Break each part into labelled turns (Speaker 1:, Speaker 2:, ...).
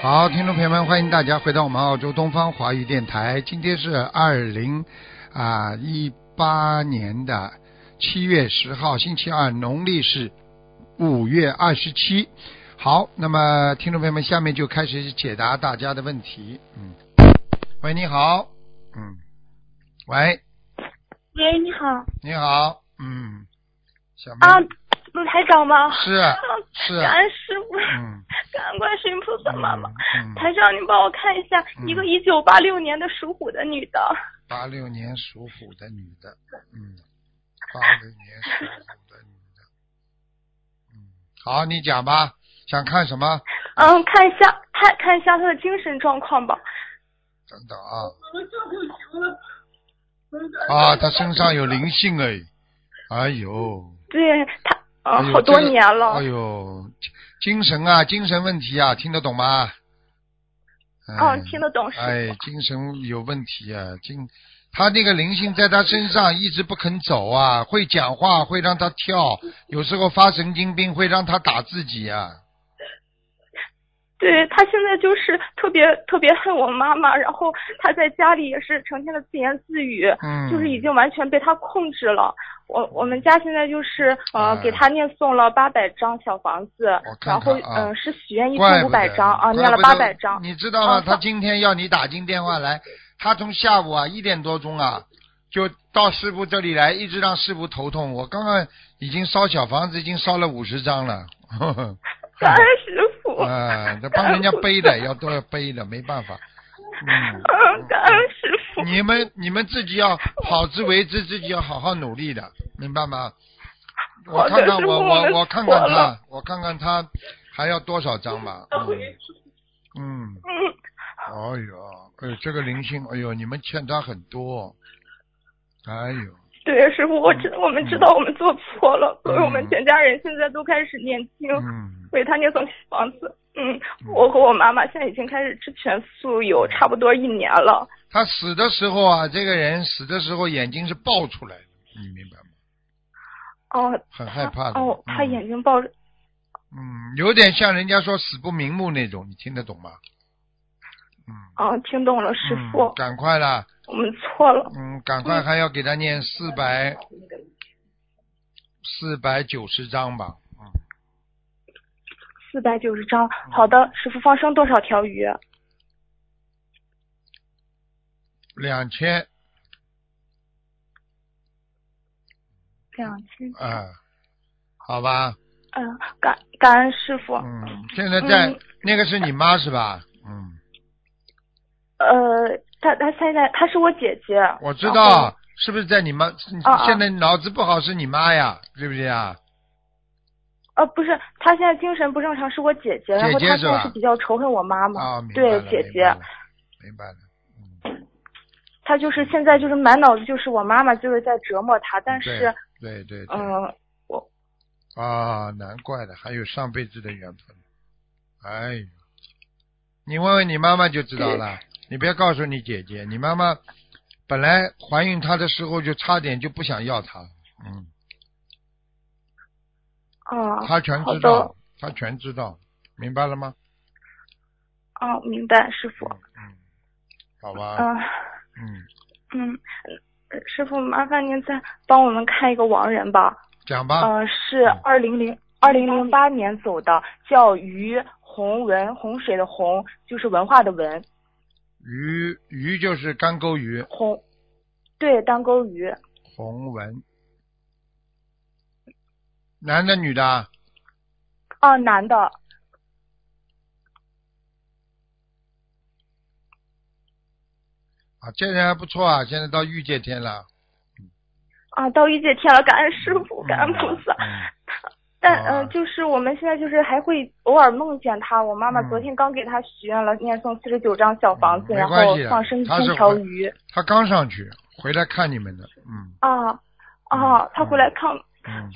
Speaker 1: 好，听众朋友们，欢迎大家回到我们澳洲东方华语电台。今天是二零啊一八年的七月十号，星期二，农历是五月二十七。好，那么听众朋友们，下面就开始解答大家的问题。嗯，喂，你好，嗯，喂，
Speaker 2: 喂，你好。
Speaker 1: 你好，嗯，小妹，
Speaker 2: 啊，哎鲁台长吗？
Speaker 1: 是啊是，
Speaker 2: 感恩师傅，
Speaker 1: 嗯，
Speaker 2: 感恩观世音菩萨妈妈。
Speaker 1: 嗯，
Speaker 2: 台长，你帮我看一下
Speaker 1: 嗯
Speaker 2: 一个一九八六年的属虎的女的，
Speaker 1: 八六年属虎的女的，嗯，八六年属虎的女的，嗯，好，你讲吧，想看什么？
Speaker 2: 嗯，看一下看看一下她的精神状况吧。
Speaker 1: 等等啊，啊，她身上有灵性哎，哎呦，
Speaker 2: 对她，
Speaker 1: 哎
Speaker 2: 嗯，
Speaker 1: 呦
Speaker 2: 好多
Speaker 1: 这个
Speaker 2: 年了
Speaker 1: 哎。呦，精神啊，精神问题啊，听得懂吗？哎
Speaker 2: 嗯，听得 懂是
Speaker 1: 哎，精神有问题啊，精，他那个灵性在他身上一直不肯走啊，会讲话，会让他跳，有时候发神经病，会让他打自己啊。
Speaker 2: 对她现在就是特别特别恨我妈妈，然后她在家里也是成天的自言自语，
Speaker 1: 嗯，
Speaker 2: 就是已经完全被她控制了。我我们家现在就是呃
Speaker 1: 哎
Speaker 2: 给她念诵了八百张小房子，
Speaker 1: 看看
Speaker 2: 然后
Speaker 1: 啊
Speaker 2: 嗯、呃是许愿一
Speaker 1: 怪
Speaker 2: 千
Speaker 1: 不
Speaker 2: 五百
Speaker 1: 得
Speaker 2: 张
Speaker 1: 怪
Speaker 2: 啊，念了
Speaker 1: 不得
Speaker 2: 八百张。
Speaker 1: 你知道吗？
Speaker 2: 啊
Speaker 1: 他今天要你打进电话来，他从下午啊一点多钟啊就到师傅这里来，一直让师傅头痛。我刚刚已经烧小房子，已经烧了五十张了。 呵呵
Speaker 2: 感恩师傅，
Speaker 1: 啊，这帮人家背的，要都要背的，没办法。嗯，
Speaker 2: 嗯，感恩师傅，
Speaker 1: 你们你们自己要好自为之，自己要好好努力的，明白吗？我
Speaker 2: 好的
Speaker 1: 看看
Speaker 2: 师傅
Speaker 1: 我
Speaker 2: 我
Speaker 1: 我
Speaker 2: 们
Speaker 1: 我看
Speaker 2: 错
Speaker 1: 看他
Speaker 2: 了，
Speaker 1: 我看看他还要多少张吧。嗯，嗯
Speaker 2: 嗯，
Speaker 1: 哎呦，哎呦，这个灵性，哎呦，你们欠他很多，哎呦，
Speaker 2: 对，师傅，我知我们知道我们做错了，所以我们
Speaker 1: 嗯
Speaker 2: 全家人现在都开始念经，
Speaker 1: 嗯，
Speaker 2: 为他念诵小房子。嗯
Speaker 1: 嗯，
Speaker 2: 我和我妈妈现在已经开始吃全素，有差不多一年了。
Speaker 1: 他死的时候啊，这个人死的时候眼睛是爆出来的，你明白吗？
Speaker 2: 哦，
Speaker 1: 很害怕的。
Speaker 2: 哦，他
Speaker 1: 嗯
Speaker 2: 眼睛抱着，
Speaker 1: 嗯，有点像人家说死不瞑目那种，你听得懂吗？嗯，
Speaker 2: 哦，听懂了，师
Speaker 1: 嗯
Speaker 2: 傅，
Speaker 1: 赶快啦，
Speaker 2: 我们错了。
Speaker 1: 嗯，赶快还要给他念四百四百九十章吧，嗯，
Speaker 2: 四百九十张，好的，师傅放生多少条鱼？啊
Speaker 1: 两千
Speaker 2: 两千。
Speaker 1: 啊，好吧，
Speaker 2: 嗯，感感恩师傅。
Speaker 1: 嗯，现在在、
Speaker 2: 嗯
Speaker 1: 那个是你妈是吧？嗯，
Speaker 2: 呃，他他现在他是我姐姐。
Speaker 1: 我知
Speaker 2: 然后。
Speaker 1: 道，是不是在你妈？你
Speaker 2: 啊啊
Speaker 1: 现在脑子不好是你妈呀，对不对啊？
Speaker 2: 呃，不是，他现在精神不正常，是我姐姐。然后
Speaker 1: 姐姐
Speaker 2: 他
Speaker 1: 是
Speaker 2: 现在
Speaker 1: 吧
Speaker 2: 是比较仇恨我妈妈。
Speaker 1: 啊，明白
Speaker 2: 对
Speaker 1: 了，
Speaker 2: 姐
Speaker 1: 明
Speaker 2: 姐
Speaker 1: 白，了，明白了，
Speaker 2: 他就是现在就是满脑子就是我妈妈就是在折磨他，但是
Speaker 1: 对对对，
Speaker 2: 嗯、我
Speaker 1: 啊，难怪了，还有上辈子的缘分。哎呦，你问问你妈妈就知道了。你不要告诉你姐姐，你妈妈本来怀孕她的时候就差点就不想要她了，嗯，
Speaker 2: 啊
Speaker 1: 她全
Speaker 2: 好
Speaker 1: 知
Speaker 2: 的
Speaker 1: 道，她全知道，明白了吗？
Speaker 2: 啊，明白师傅。
Speaker 1: 嗯，好吧，
Speaker 2: 嗯
Speaker 1: 嗯，
Speaker 2: 嗯，呃师傅麻烦您再帮我们看一个亡人吧。
Speaker 1: 讲吧，
Speaker 2: 呃，是
Speaker 1: 嗯
Speaker 2: 二零零二零零八年走的，叫于洪文，洪水的洪就是文化的文，
Speaker 1: 鱼鱼就是干沟鱼，
Speaker 2: 洪，对，单钩鱼，
Speaker 1: 红纹，男的女的啊？
Speaker 2: 啊，男的，
Speaker 1: 啊，这人还不错啊，现在到御界天了，
Speaker 2: 啊，到御界天了，感恩师傅，感恩菩萨。
Speaker 1: 嗯。嗯
Speaker 2: 但
Speaker 1: 啊
Speaker 2: 呃，就是我们现在就是还会偶尔梦见他。我妈妈
Speaker 1: 嗯
Speaker 2: 昨天刚给他许愿了，念诵四十九张小房子，
Speaker 1: 嗯没
Speaker 2: 然
Speaker 1: 关
Speaker 2: 后
Speaker 1: 系
Speaker 2: 放生一
Speaker 1: 他是
Speaker 2: 千条
Speaker 1: 会
Speaker 2: 鱼。
Speaker 1: 他刚上去，回来看你们的，嗯
Speaker 2: 啊啊
Speaker 1: 嗯，
Speaker 2: 他回来看，
Speaker 1: 嗯，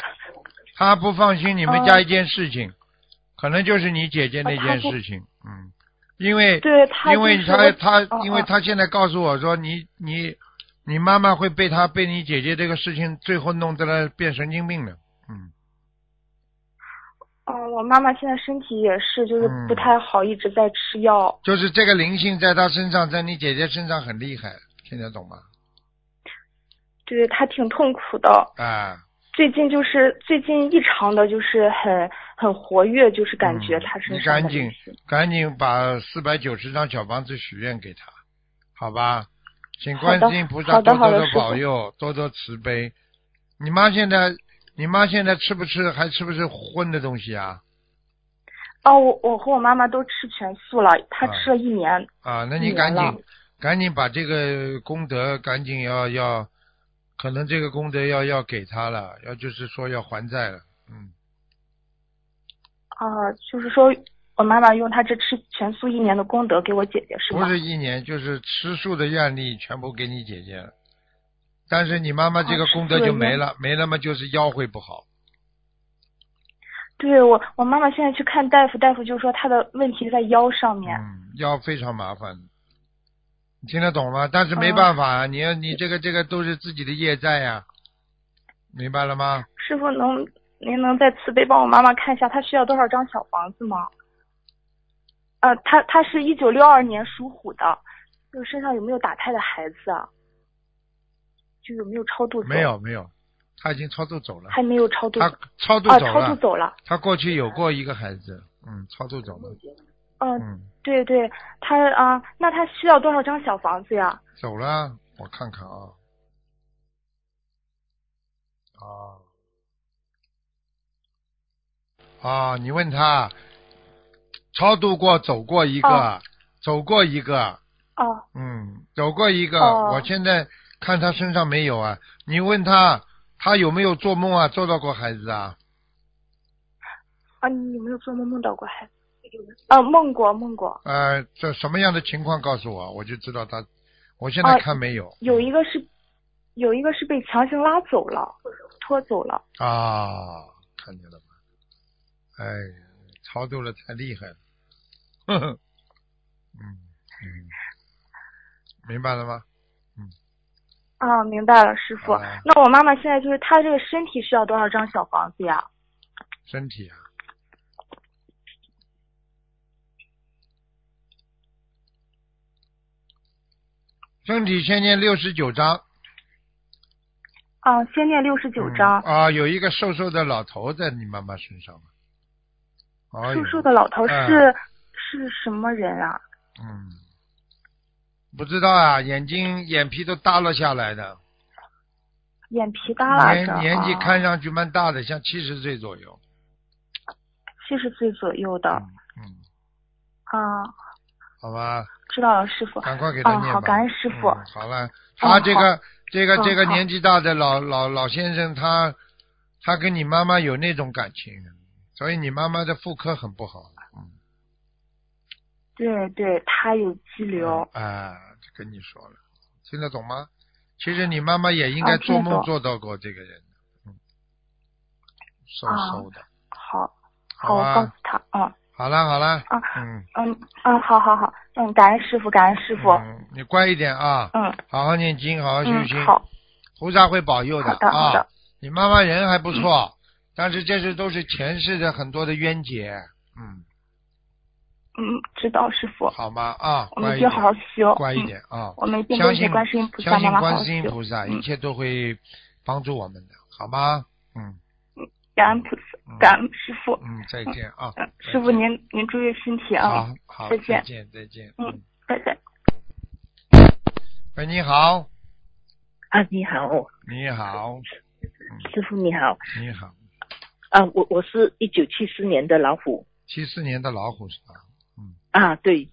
Speaker 1: 他不放心你们家一件事
Speaker 2: 哦
Speaker 1: 情，可能就是你姐姐那件事情，嗯，因为
Speaker 2: 对他
Speaker 1: 因为
Speaker 2: 就是
Speaker 1: 他
Speaker 2: 我
Speaker 1: 他、
Speaker 2: 嗯
Speaker 1: 因为
Speaker 2: 嗯
Speaker 1: 他现在告诉我说你你你妈妈会被他被你姐姐这个事情最后弄得了变神经病的，嗯，
Speaker 2: 哦，我妈妈现在身体也是，就是
Speaker 1: 嗯
Speaker 2: 不太好，一直在吃药。
Speaker 1: 就是这个灵性在她身上，在你姐姐身上很厉害，听得懂吗？
Speaker 2: 对她挺痛苦的。
Speaker 1: 啊，
Speaker 2: 最近就是最近异常的，就是很很活跃，就是感觉
Speaker 1: 嗯
Speaker 2: 她身
Speaker 1: 你
Speaker 2: 上的
Speaker 1: 赶紧赶紧把四百九十张小房子许愿给她，好吧？请观世音菩萨
Speaker 2: 好的
Speaker 1: 多
Speaker 2: 好
Speaker 1: 多的
Speaker 2: 的好的师傅
Speaker 1: 保佑，多多慈悲。你妈现在，你妈现在吃不吃还吃不吃荤的东西啊？
Speaker 2: 哦，我我和我妈妈都吃全素了，她
Speaker 1: 啊
Speaker 2: 吃了一年。
Speaker 1: 啊，那你
Speaker 2: 明
Speaker 1: 赶
Speaker 2: 了
Speaker 1: 紧赶紧把这个功德赶紧要要，可能这个功德要要给他了，要就是说要还债了，嗯，
Speaker 2: 啊、就是说我妈妈用她这吃全素一年的功德给我姐姐是
Speaker 1: 不
Speaker 2: 吗？
Speaker 1: 是一年就是吃素的愿力全部给你姐姐了，但是你妈妈这
Speaker 2: 哦
Speaker 1: 个
Speaker 2: 吃
Speaker 1: 功
Speaker 2: 素
Speaker 1: 德
Speaker 2: 的
Speaker 1: 就
Speaker 2: 愿
Speaker 1: 没
Speaker 2: 力
Speaker 1: 了，没了嘛就是腰会不好，
Speaker 2: 对我，我妈妈现在去看大夫，大夫就说她的问题在腰上面。
Speaker 1: 嗯，腰非常麻烦，你听得懂吗？但是没
Speaker 2: 哦
Speaker 1: 办法啊，你要你这个这个都是自己的业债呀、明白了吗？
Speaker 2: 师傅能您能再慈悲帮我妈妈看一下，她需要多少张小房子吗？呃，她她是一九六二年属虎的，就身上有没有打胎的孩子啊？就有没有超度走？
Speaker 1: 没，有没有，他已经超度走了，
Speaker 2: 还没有超度
Speaker 1: 他
Speaker 2: 走
Speaker 1: 超度
Speaker 2: 啊，
Speaker 1: 走
Speaker 2: 超
Speaker 1: 了
Speaker 2: 度。走了。
Speaker 1: 他过去有过一个孩子，嗯，超度走了，
Speaker 2: 嗯、
Speaker 1: 嗯，
Speaker 2: 对对，她啊、那她需要多少张小房子呀？
Speaker 1: 走了，我看看啊，啊，啊，你问他，超度过，走过一个，
Speaker 2: 哦
Speaker 1: 走过一个，
Speaker 2: 哦、
Speaker 1: 嗯，走过一个，
Speaker 2: 哦
Speaker 1: 我现在看他身上没有啊，你问他，他有没有做梦啊，做到过孩子啊？
Speaker 2: 啊，你有没有做梦梦到过孩子？啊，梦过梦过，
Speaker 1: 呃，这什么样的情况告诉我，我就知道他，我现
Speaker 2: 哦
Speaker 1: 在看没有，
Speaker 2: 有一个是，有一个是被强行拉走了，拖走了。
Speaker 1: 啊，看见了吧？哎，超度了太厉害了， 呵呵，嗯嗯，明白了吗？
Speaker 2: 啊，明白了，师傅
Speaker 1: 好了。
Speaker 2: 那我妈妈现在就是她这个身体需要多少张小房子呀？
Speaker 1: 身体啊，身体先念六十九章，
Speaker 2: 啊，先念六十九
Speaker 1: 嗯
Speaker 2: 张。
Speaker 1: 啊，有一个瘦瘦的老头在你妈妈身上嘛，哎呦
Speaker 2: 瘦瘦的老头
Speaker 1: 哎
Speaker 2: 是、是什么人啊？
Speaker 1: 嗯，不知道啊，眼睛眼皮都耷拉下来的，
Speaker 2: 眼皮耷拉着
Speaker 1: 年
Speaker 2: 啊，
Speaker 1: 年纪看上去蛮大的，像七十岁左右。
Speaker 2: 七十岁左右的
Speaker 1: 嗯嗯，
Speaker 2: 啊，
Speaker 1: 好吧，
Speaker 2: 知道了，师傅。
Speaker 1: 赶快给他
Speaker 2: 啊
Speaker 1: 念吧。
Speaker 2: 好感恩师傅
Speaker 1: 嗯好了，他这个、这个
Speaker 2: 嗯
Speaker 1: 这个
Speaker 2: 好
Speaker 1: 年纪大的老老老先生，他他跟你妈妈有那种感情，所以你妈妈的妇科很不好。嗯，
Speaker 2: 对对，他有肌瘤。
Speaker 1: 嗯啊，就跟你说了，听得懂吗？其实你妈妈也应该
Speaker 2: 啊听
Speaker 1: 做
Speaker 2: 得
Speaker 1: 梦
Speaker 2: 懂
Speaker 1: 做到过这个人，嗯，瘦
Speaker 2: 啊
Speaker 1: 瘦的。
Speaker 2: 好，
Speaker 1: 好啊
Speaker 2: 好，我
Speaker 1: 吧
Speaker 2: 告诉，他。嗯
Speaker 1: 好了好了，
Speaker 2: 啊
Speaker 1: 嗯，
Speaker 2: 嗯嗯，好好好，嗯，感恩师傅，感恩师傅。
Speaker 1: 嗯，你乖一点啊，
Speaker 2: 嗯
Speaker 1: 好好念经，好好修心
Speaker 2: 嗯，，好，
Speaker 1: 菩萨会保佑
Speaker 2: 好的好
Speaker 1: 啊
Speaker 2: 的。
Speaker 1: 你妈妈人还不错，但是这是都是前世的很多的冤结，嗯，
Speaker 2: 嗯，知道师傅，
Speaker 1: 好吗？啊，
Speaker 2: 我
Speaker 1: 乖
Speaker 2: 们
Speaker 1: 一
Speaker 2: 一定好好
Speaker 1: 点，
Speaker 2: 修，
Speaker 1: 乖一
Speaker 2: 嗯，
Speaker 1: 点啊，
Speaker 2: 我们一定
Speaker 1: 相
Speaker 2: 跟着
Speaker 1: 信
Speaker 2: 观世音菩萨
Speaker 1: 相信
Speaker 2: 妈妈好
Speaker 1: 观
Speaker 2: 好
Speaker 1: 世音菩
Speaker 2: 修，
Speaker 1: 萨，
Speaker 2: 嗯
Speaker 1: 一切都会帮助我们的，好吗？嗯
Speaker 2: 感恩菩萨，
Speaker 1: 嗯
Speaker 2: 感恩师傅，
Speaker 1: 嗯，再见啊
Speaker 2: 嗯，，
Speaker 1: 再
Speaker 2: 师傅
Speaker 1: 见
Speaker 2: 您您注意身体啊
Speaker 1: 好，好，
Speaker 2: 再
Speaker 1: 再
Speaker 2: 见
Speaker 1: 见再见，
Speaker 2: 嗯
Speaker 1: 嗯，
Speaker 2: 拜拜。
Speaker 1: 喂，你好，
Speaker 3: 啊，你好，
Speaker 1: 你好，嗯
Speaker 3: 师傅你好，
Speaker 1: 你好，
Speaker 3: 啊，我我是一九七四年的老虎
Speaker 1: 七四年的老虎是吧？
Speaker 3: 啊，对，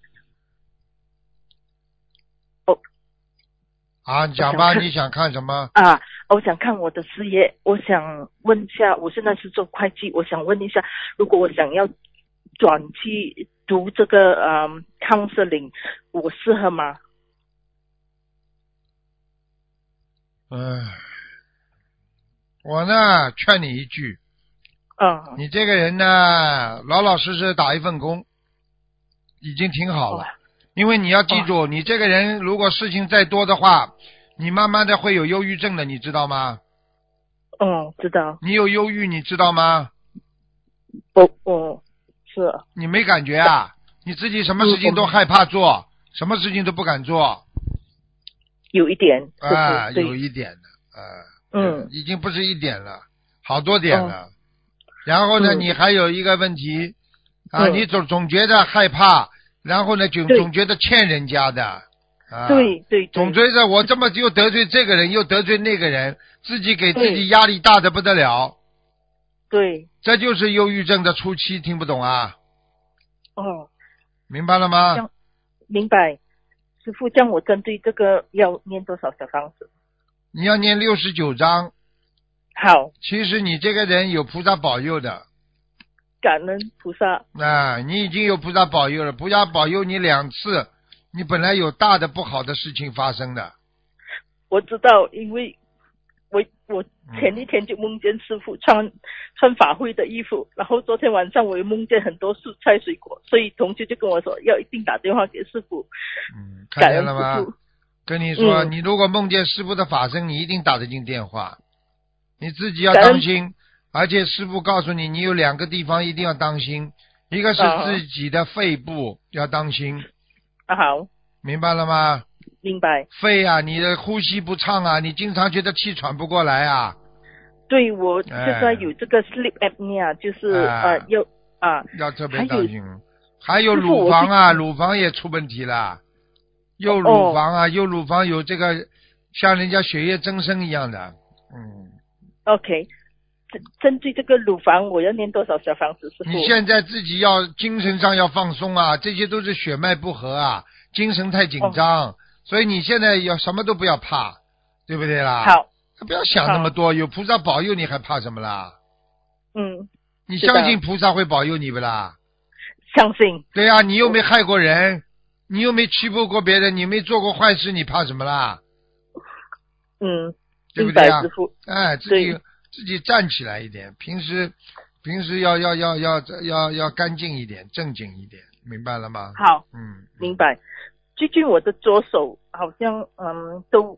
Speaker 1: 啊，你讲
Speaker 3: 想
Speaker 1: 吧，
Speaker 3: 看
Speaker 1: 你想看什么？
Speaker 3: 啊，我想看我的事业，我想问一下，我现在是做会计，我想问一下，如果我想要转去读这个嗯康瑟林，我适合吗？
Speaker 1: 嗯，我呢，劝你一句，
Speaker 3: 嗯，
Speaker 1: 你这个人呢，老老实实打一份工，已经挺好了
Speaker 3: 哦。
Speaker 1: 因为你要记住，你这个人如果事情再多的话，你慢慢的会有忧郁症的，你知道吗？
Speaker 3: 哦，知道，
Speaker 1: 你有忧郁，你知道吗？
Speaker 2: 不，嗯，是
Speaker 1: 你没感觉啊？你自己什么事情都害怕做，什么事情都不敢做，
Speaker 2: 有一点，就是、
Speaker 1: 啊，
Speaker 2: 对
Speaker 1: 有一点的，啊，
Speaker 2: 嗯，哦
Speaker 1: 已经不是一点了，好多点了。然后呢，
Speaker 2: 嗯
Speaker 1: 你还有一个问题啊，
Speaker 2: 嗯
Speaker 1: 你总总觉得害怕，然后呢，就
Speaker 2: 对
Speaker 1: 总觉得欠人家的，啊，
Speaker 2: 对对
Speaker 1: 总
Speaker 2: 对，
Speaker 1: 觉得我这么又得罪这个人，又得罪那个人，自己给自
Speaker 2: 对
Speaker 1: 己压力大的不得了，
Speaker 2: 对，
Speaker 1: 这就是忧郁症的初期，听不懂啊？
Speaker 3: 嗯
Speaker 2: 哦，
Speaker 1: 明白了吗？
Speaker 2: 像明白。师傅，像我针对这个要念多少小房子？
Speaker 1: 你要念六十九章，
Speaker 2: 好，
Speaker 1: 其实你这个人有菩萨保佑的，
Speaker 2: 感恩菩萨。
Speaker 1: 啊，你已经有菩萨保佑了，菩萨保佑你两次，你本来有大的不好的事情发生的，
Speaker 2: 我知道，因为我我前一天就梦见师傅穿穿法会的衣服，然后昨天晚上我又梦见很多蔬菜水果，所以同学就跟我说要一定打电话给师傅，
Speaker 1: 嗯，看
Speaker 2: 感
Speaker 1: 见
Speaker 2: 恩
Speaker 1: 了吗
Speaker 2: 师？傅。
Speaker 1: 跟你说，
Speaker 2: 嗯
Speaker 1: 你如果梦见师傅的法身，你一定打得进电话，你自己要
Speaker 2: 感恩
Speaker 1: 当心。而且师傅告诉你，你有两个地方一定要当心，一个是
Speaker 2: 啊
Speaker 1: 自己的肺部要当心，
Speaker 2: 啊 好，
Speaker 1: 明白了吗？
Speaker 2: 明白。
Speaker 1: 肺啊，你的呼吸不畅啊，你经常觉得气喘不过来啊，
Speaker 2: 对我现
Speaker 1: 哎
Speaker 2: 在有这个 sleep apnea，就是、
Speaker 1: 哎
Speaker 2: 呃要啊
Speaker 1: 要特别
Speaker 2: 还有
Speaker 1: 当心。还有
Speaker 2: 师傅
Speaker 1: 乳
Speaker 2: 我
Speaker 1: 房
Speaker 2: 最
Speaker 1: 啊，乳房也出问题啦，右乳
Speaker 2: 哦
Speaker 1: 房啊，右乳房有这个像人家血液增生一样的，嗯。
Speaker 2: OK。针针对这个乳房，我要念多少小房子？师傅
Speaker 1: 你现在自己要精神上要放松啊，这些都是血脉不和啊，精神太
Speaker 2: 哦
Speaker 1: 紧张，所以你现在要什么都不要怕，对不对啦？，
Speaker 2: 好，
Speaker 1: 不要想那么多，有菩萨保佑你还怕什么啦？
Speaker 2: 嗯，
Speaker 1: 你
Speaker 2: 是的
Speaker 1: 相信菩萨会保佑你不啦？
Speaker 2: 相信
Speaker 1: 对呀、你又没害过人，你又没欺负过别人，你没做过坏事，你怕什么啦？
Speaker 2: 嗯，
Speaker 1: 对不
Speaker 2: 明
Speaker 1: 对
Speaker 2: 白
Speaker 1: 啊
Speaker 2: 师傅，
Speaker 1: 哎，自己
Speaker 2: 对
Speaker 1: 自己站起来一点，平时平时要要要要要要干净一点，正经一点，明白了吗？
Speaker 2: 好。
Speaker 1: 嗯，
Speaker 2: 明白。最近我的左手好像嗯都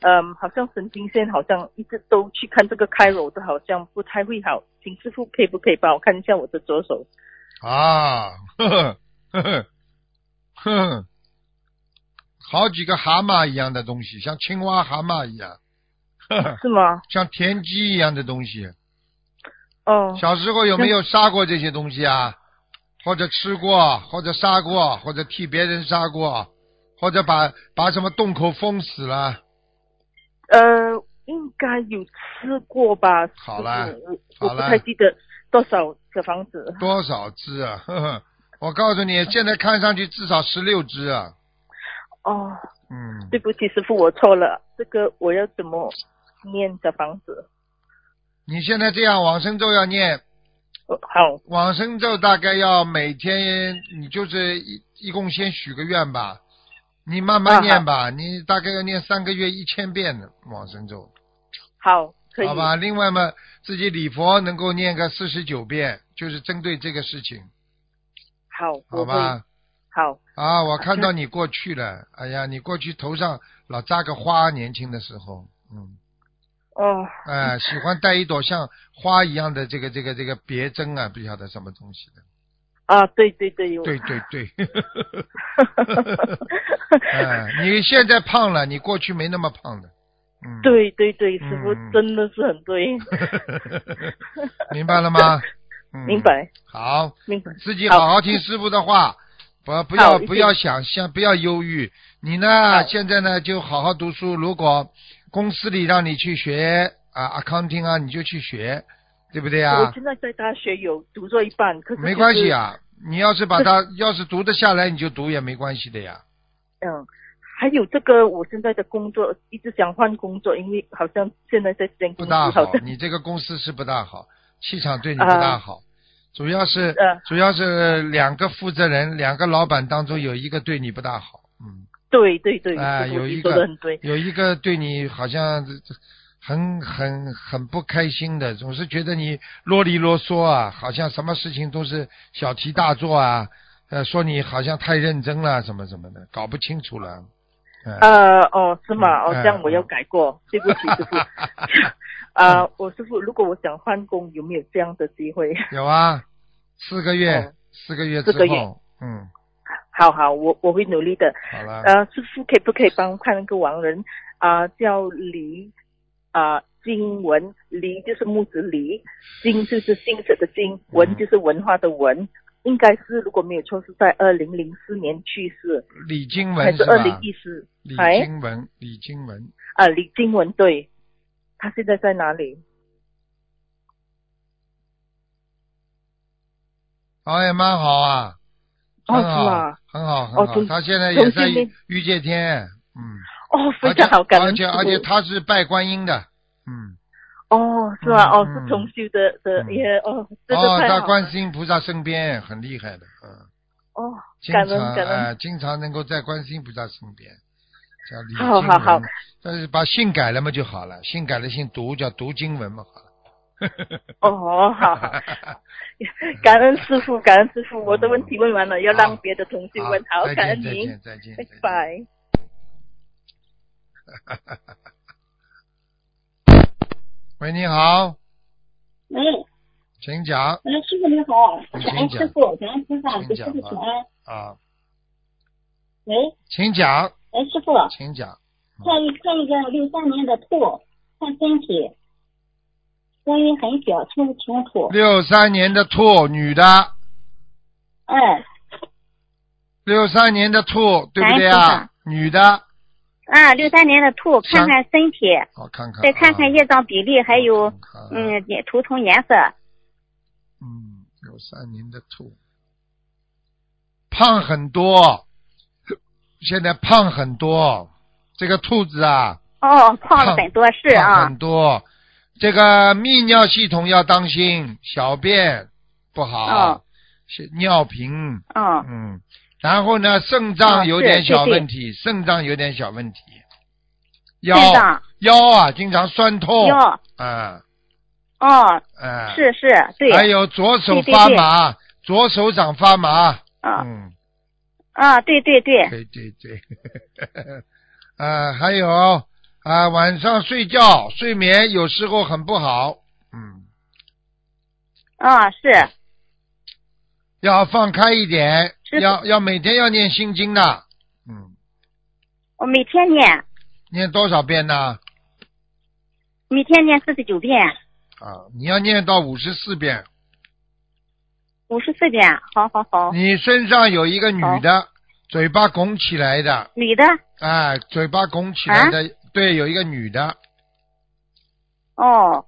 Speaker 2: 嗯好像神经线好像一直都去看这个开揉的，好像不太会好。请师傅可以不可以帮我看一下我的左手？
Speaker 1: 啊，呵呵呵呵呵呵，好几个蛤蟆一样的东西，像青蛙、蛤蟆一样，呵呵，
Speaker 2: 是吗？
Speaker 1: 像田鸡一样的东西。
Speaker 2: 哦，
Speaker 1: 小时候有没有杀过这些东西啊？或者吃过，或者杀过，或者替别人杀过，或者把把什么洞口封死了？
Speaker 2: 呃，应该有吃过吧？
Speaker 1: 好啦
Speaker 2: 师傅我
Speaker 1: 好
Speaker 2: 我不
Speaker 1: 啦
Speaker 2: 太记得多少小房子。
Speaker 1: 多少只啊？ 呵呵，我告诉你，现在看上去至少十六只啊。
Speaker 2: 哦，
Speaker 1: 嗯，
Speaker 2: 对不起，师傅，我错了。这个我要怎么念小房子？
Speaker 1: 你现在这样往生咒要念
Speaker 2: 哦，好，
Speaker 1: 往生咒大概要每天，你就是一一共先许个愿吧，你慢慢念
Speaker 2: 啊
Speaker 1: 吧，你大概要念三个月一千遍的往生咒，
Speaker 2: 好，可以，
Speaker 1: 好吧？另外嘛，自己礼佛能够念个四十九遍，就是针对这个事情，
Speaker 2: 好，我
Speaker 1: 好
Speaker 2: 会，
Speaker 1: 吧？
Speaker 2: 好，
Speaker 1: 啊，我看到你过去了，哎呀，你过去头上老扎个花，年轻的时候，嗯，
Speaker 2: 哦，
Speaker 1: 哎，喜欢戴一朵像花一样的这个这个这个别针啊，不晓得什么东西的，
Speaker 2: 啊，对对对，我
Speaker 1: 对对对。哎，你现在胖了，你过去没那么胖的。嗯，，
Speaker 2: 对对对，师傅
Speaker 1: 嗯
Speaker 2: 真的是很对，
Speaker 1: 明白了 吗？嗯，
Speaker 2: 明。白
Speaker 1: 好，
Speaker 2: 明白。
Speaker 1: 自己
Speaker 2: 好
Speaker 1: 好好听师傅的话，不不要
Speaker 2: 好一
Speaker 1: 不
Speaker 2: 定
Speaker 1: 要想想不要忧郁。你呢，
Speaker 2: 好
Speaker 1: 现在呢就好好读书。如果公司里让你去学啊 accounting 啊，你就去学，对不对
Speaker 2: 我
Speaker 1: 啊？
Speaker 2: 现在在大学有读到一半，可是
Speaker 1: 没关系
Speaker 2: 啊。
Speaker 1: 啊，你要是把它要是读得下来，你就读也没关系的呀。
Speaker 2: 嗯，还有这个我现在的工作一直想换工作，因为好像现在在这间
Speaker 1: 不
Speaker 2: 公司
Speaker 1: 大
Speaker 3: 嗯
Speaker 2: 好
Speaker 1: 好
Speaker 2: 像，
Speaker 1: 你这个公司是不大好，气场对你不大
Speaker 3: 啊
Speaker 1: 好，主要是、
Speaker 3: 嗯
Speaker 2: 呃
Speaker 1: 主要是两个负责人、两个老板当中有一个对你不大好，嗯，
Speaker 2: 对对对，
Speaker 1: 哎
Speaker 2: 师
Speaker 1: 有
Speaker 2: 傅
Speaker 1: 一
Speaker 2: 你
Speaker 1: 个嗯
Speaker 2: 说的很对，
Speaker 1: 有一个对你好像很很很不开心的，总是觉得你啰里啰嗦啊，好像什么事情都是小题大做啊，呃，说你好像太认真了，什么什么的，搞不清楚了，嗯、
Speaker 2: 呃哦是吗？哦
Speaker 1: 嗯
Speaker 2: 这样我要 改过，对不起师傅。呃啊，我师傅，如果我想换工，有没有这样的机会？
Speaker 1: 有啊，四个月，
Speaker 3: 嗯
Speaker 1: 四个月之
Speaker 3: 四个月
Speaker 1: 后，嗯，
Speaker 3: 好好，我我会努力的。
Speaker 1: 好了，
Speaker 3: 呃，师傅可以不可以帮看一个亡人啊、叫黎啊、金文，黎就是木子黎，金就是姓氏的金，文就是文化的文，应该是如果没有错是在二零零四年去世，
Speaker 1: 李经
Speaker 3: 还
Speaker 1: 文
Speaker 3: 是
Speaker 1: 是
Speaker 3: 二零
Speaker 1: 吧？
Speaker 3: 一四？
Speaker 1: 李
Speaker 3: 哎
Speaker 1: 经文，李经文，
Speaker 3: 啊，李金文对，他现在在哪里？
Speaker 1: 哎，蛮好啊，
Speaker 3: 哦，
Speaker 1: 很
Speaker 3: 是
Speaker 1: 好
Speaker 3: 吗？，
Speaker 1: 很好，很
Speaker 3: 哦
Speaker 1: 好。
Speaker 3: 从
Speaker 1: 他现在也
Speaker 3: 从
Speaker 1: 在
Speaker 3: 今
Speaker 1: 御
Speaker 3: 天
Speaker 1: 御界天，嗯，
Speaker 3: 哦，非
Speaker 1: 而且
Speaker 3: 常好，感
Speaker 1: 而
Speaker 3: 恩
Speaker 1: 且
Speaker 3: 师
Speaker 1: 而且
Speaker 3: 父
Speaker 1: 他是拜观音的，嗯，
Speaker 3: 哦，是吗？
Speaker 1: 嗯
Speaker 3: 哦，
Speaker 1: 嗯
Speaker 3: 是重修的的
Speaker 1: 嗯
Speaker 3: 耶，哦，这个
Speaker 1: 哦，
Speaker 3: 太
Speaker 1: 在
Speaker 3: 好了
Speaker 1: 观世音菩萨身边，很厉害的，嗯，
Speaker 3: 哦，
Speaker 1: 经
Speaker 3: 感恩
Speaker 1: 常
Speaker 3: 感恩
Speaker 1: 哎，经常能够在观世音菩萨身边。叫李
Speaker 3: 好
Speaker 1: 经
Speaker 3: 好好
Speaker 1: 文，但是把姓改了嘛就好了，姓改了姓读叫读经文嘛好了。
Speaker 3: 哦，好好。感恩师 傅，感恩师傅，我的问题问完了，要让别的同学问。好，
Speaker 1: 哦再
Speaker 3: 感恩
Speaker 1: 见，再
Speaker 3: 您，
Speaker 1: 见，再见，
Speaker 3: 拜
Speaker 1: 再见。
Speaker 3: 拜。
Speaker 1: 喂，你好，
Speaker 4: 喂
Speaker 1: 请讲
Speaker 4: 喂，师傅你好，
Speaker 1: 你
Speaker 4: 感
Speaker 1: 请
Speaker 4: 恩
Speaker 1: 讲
Speaker 4: 师傅，感恩菩萨，
Speaker 1: 请
Speaker 4: 给师
Speaker 1: 讲
Speaker 4: 傅
Speaker 1: 吧
Speaker 4: 请安。
Speaker 1: 啊，
Speaker 4: 喂，
Speaker 1: 请讲，
Speaker 4: 喂，师傅，
Speaker 1: 请讲。
Speaker 4: 看一看一个六三年的兔，看身体，声音很小，听不清楚。
Speaker 1: 六三年的兔，女的，嗯
Speaker 4: 哎，
Speaker 1: 六三年的兔，对不对
Speaker 5: 男
Speaker 1: 啊
Speaker 5: 的？
Speaker 1: 女的，
Speaker 5: 啊，六三年的兔，
Speaker 1: 想
Speaker 5: 看看身体，
Speaker 1: 我看看啊，
Speaker 5: 再看看业障比例，还有
Speaker 1: 看看啊，
Speaker 5: 嗯也图腾颜色。
Speaker 1: 嗯，六三年的兔，胖很多，现在胖很多，这个兔子啊，
Speaker 5: 哦，胖了很多，是
Speaker 1: 胖
Speaker 5: 啊，
Speaker 1: 很多，这个泌尿系统要当心，小便不好
Speaker 5: 哦，
Speaker 1: 是尿频，
Speaker 5: 嗯，
Speaker 1: 嗯，然后呢，肾脏
Speaker 5: 哦
Speaker 1: 有
Speaker 5: 是
Speaker 1: 点小
Speaker 5: 对对
Speaker 1: 问题，肾脏有点小问题，腰
Speaker 5: 肾脏
Speaker 1: 腰啊经常酸痛，
Speaker 5: 腰，
Speaker 1: 啊
Speaker 5: 哦，
Speaker 1: 啊，
Speaker 5: 是是，对，
Speaker 1: 还有左手
Speaker 5: 对对
Speaker 1: 发
Speaker 5: 对
Speaker 1: 麻，左手掌发麻，
Speaker 5: 嗯
Speaker 1: 嗯，
Speaker 5: 啊，对对对，
Speaker 1: 对对对， 啊，还有啊，晚上睡觉睡眠有时候很不好，嗯，
Speaker 5: 啊是，
Speaker 1: 要放开一点，
Speaker 5: 是
Speaker 1: 要要每天要念心经的，嗯，
Speaker 5: 我每天念，
Speaker 1: 念多少遍呢？
Speaker 5: 每天念四十九遍，
Speaker 1: 啊，你要念到五十四遍。
Speaker 5: 五十四遍，好好好，
Speaker 1: 你身上有一个女的，嘴巴拱起来的，
Speaker 5: 女的，
Speaker 1: 哎，嘴巴拱起来
Speaker 5: 啊
Speaker 1: 的，对，有一个女的，
Speaker 5: 哦，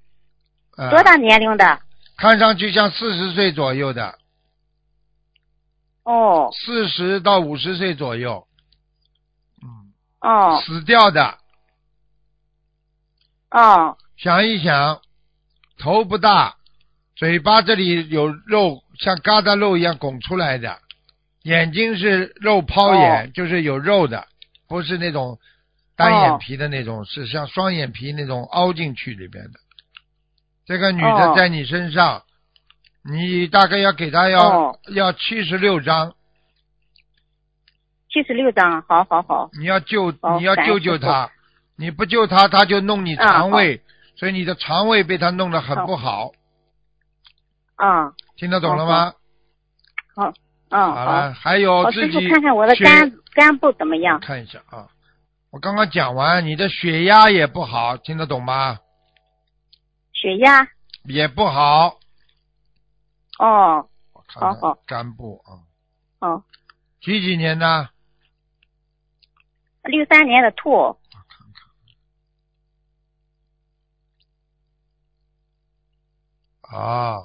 Speaker 1: 呃、
Speaker 5: 多？大年龄的？
Speaker 1: 看上去像四十岁左右的，
Speaker 5: 哦
Speaker 1: 四十到五十岁左右，嗯，
Speaker 5: 哦
Speaker 1: 死掉的，
Speaker 5: 哦
Speaker 1: 想一想，头不大，嘴巴这里有肉，像疙瘩肉一样拱出来的，眼睛是肉泡
Speaker 5: 哦
Speaker 1: 眼，就是有肉的，不是那种单眼皮的那种，是像双眼皮那种凹进去里边的。这个女的
Speaker 5: 哦
Speaker 1: 在你身上，你大概要给她要、
Speaker 5: 哦
Speaker 1: 要七十六张，
Speaker 5: 七十六张，好好好，
Speaker 1: 你要救、
Speaker 5: 哦
Speaker 1: 你要救救她，你不救她，她就弄你
Speaker 5: 嗯
Speaker 1: 肠胃，所以你的肠胃被她弄得很
Speaker 5: 好
Speaker 1: 不好。
Speaker 5: 啊
Speaker 1: 听得懂了吗？
Speaker 5: 嗯
Speaker 1: 好
Speaker 5: 好
Speaker 1: 了，，还有
Speaker 5: 我
Speaker 1: 哦自
Speaker 5: 师
Speaker 1: 己
Speaker 5: 傅看看我的
Speaker 1: 血
Speaker 5: 肝肝部怎么样
Speaker 1: 我？看一下啊。我刚刚讲完，你的血压也不好，听得懂吗？
Speaker 5: 血压，
Speaker 1: 也不好。
Speaker 5: 哦
Speaker 1: 我看看
Speaker 5: 好好
Speaker 1: 肝部啊，
Speaker 5: 哦，
Speaker 1: 几几年的？
Speaker 5: 六三年的兔，
Speaker 1: 啊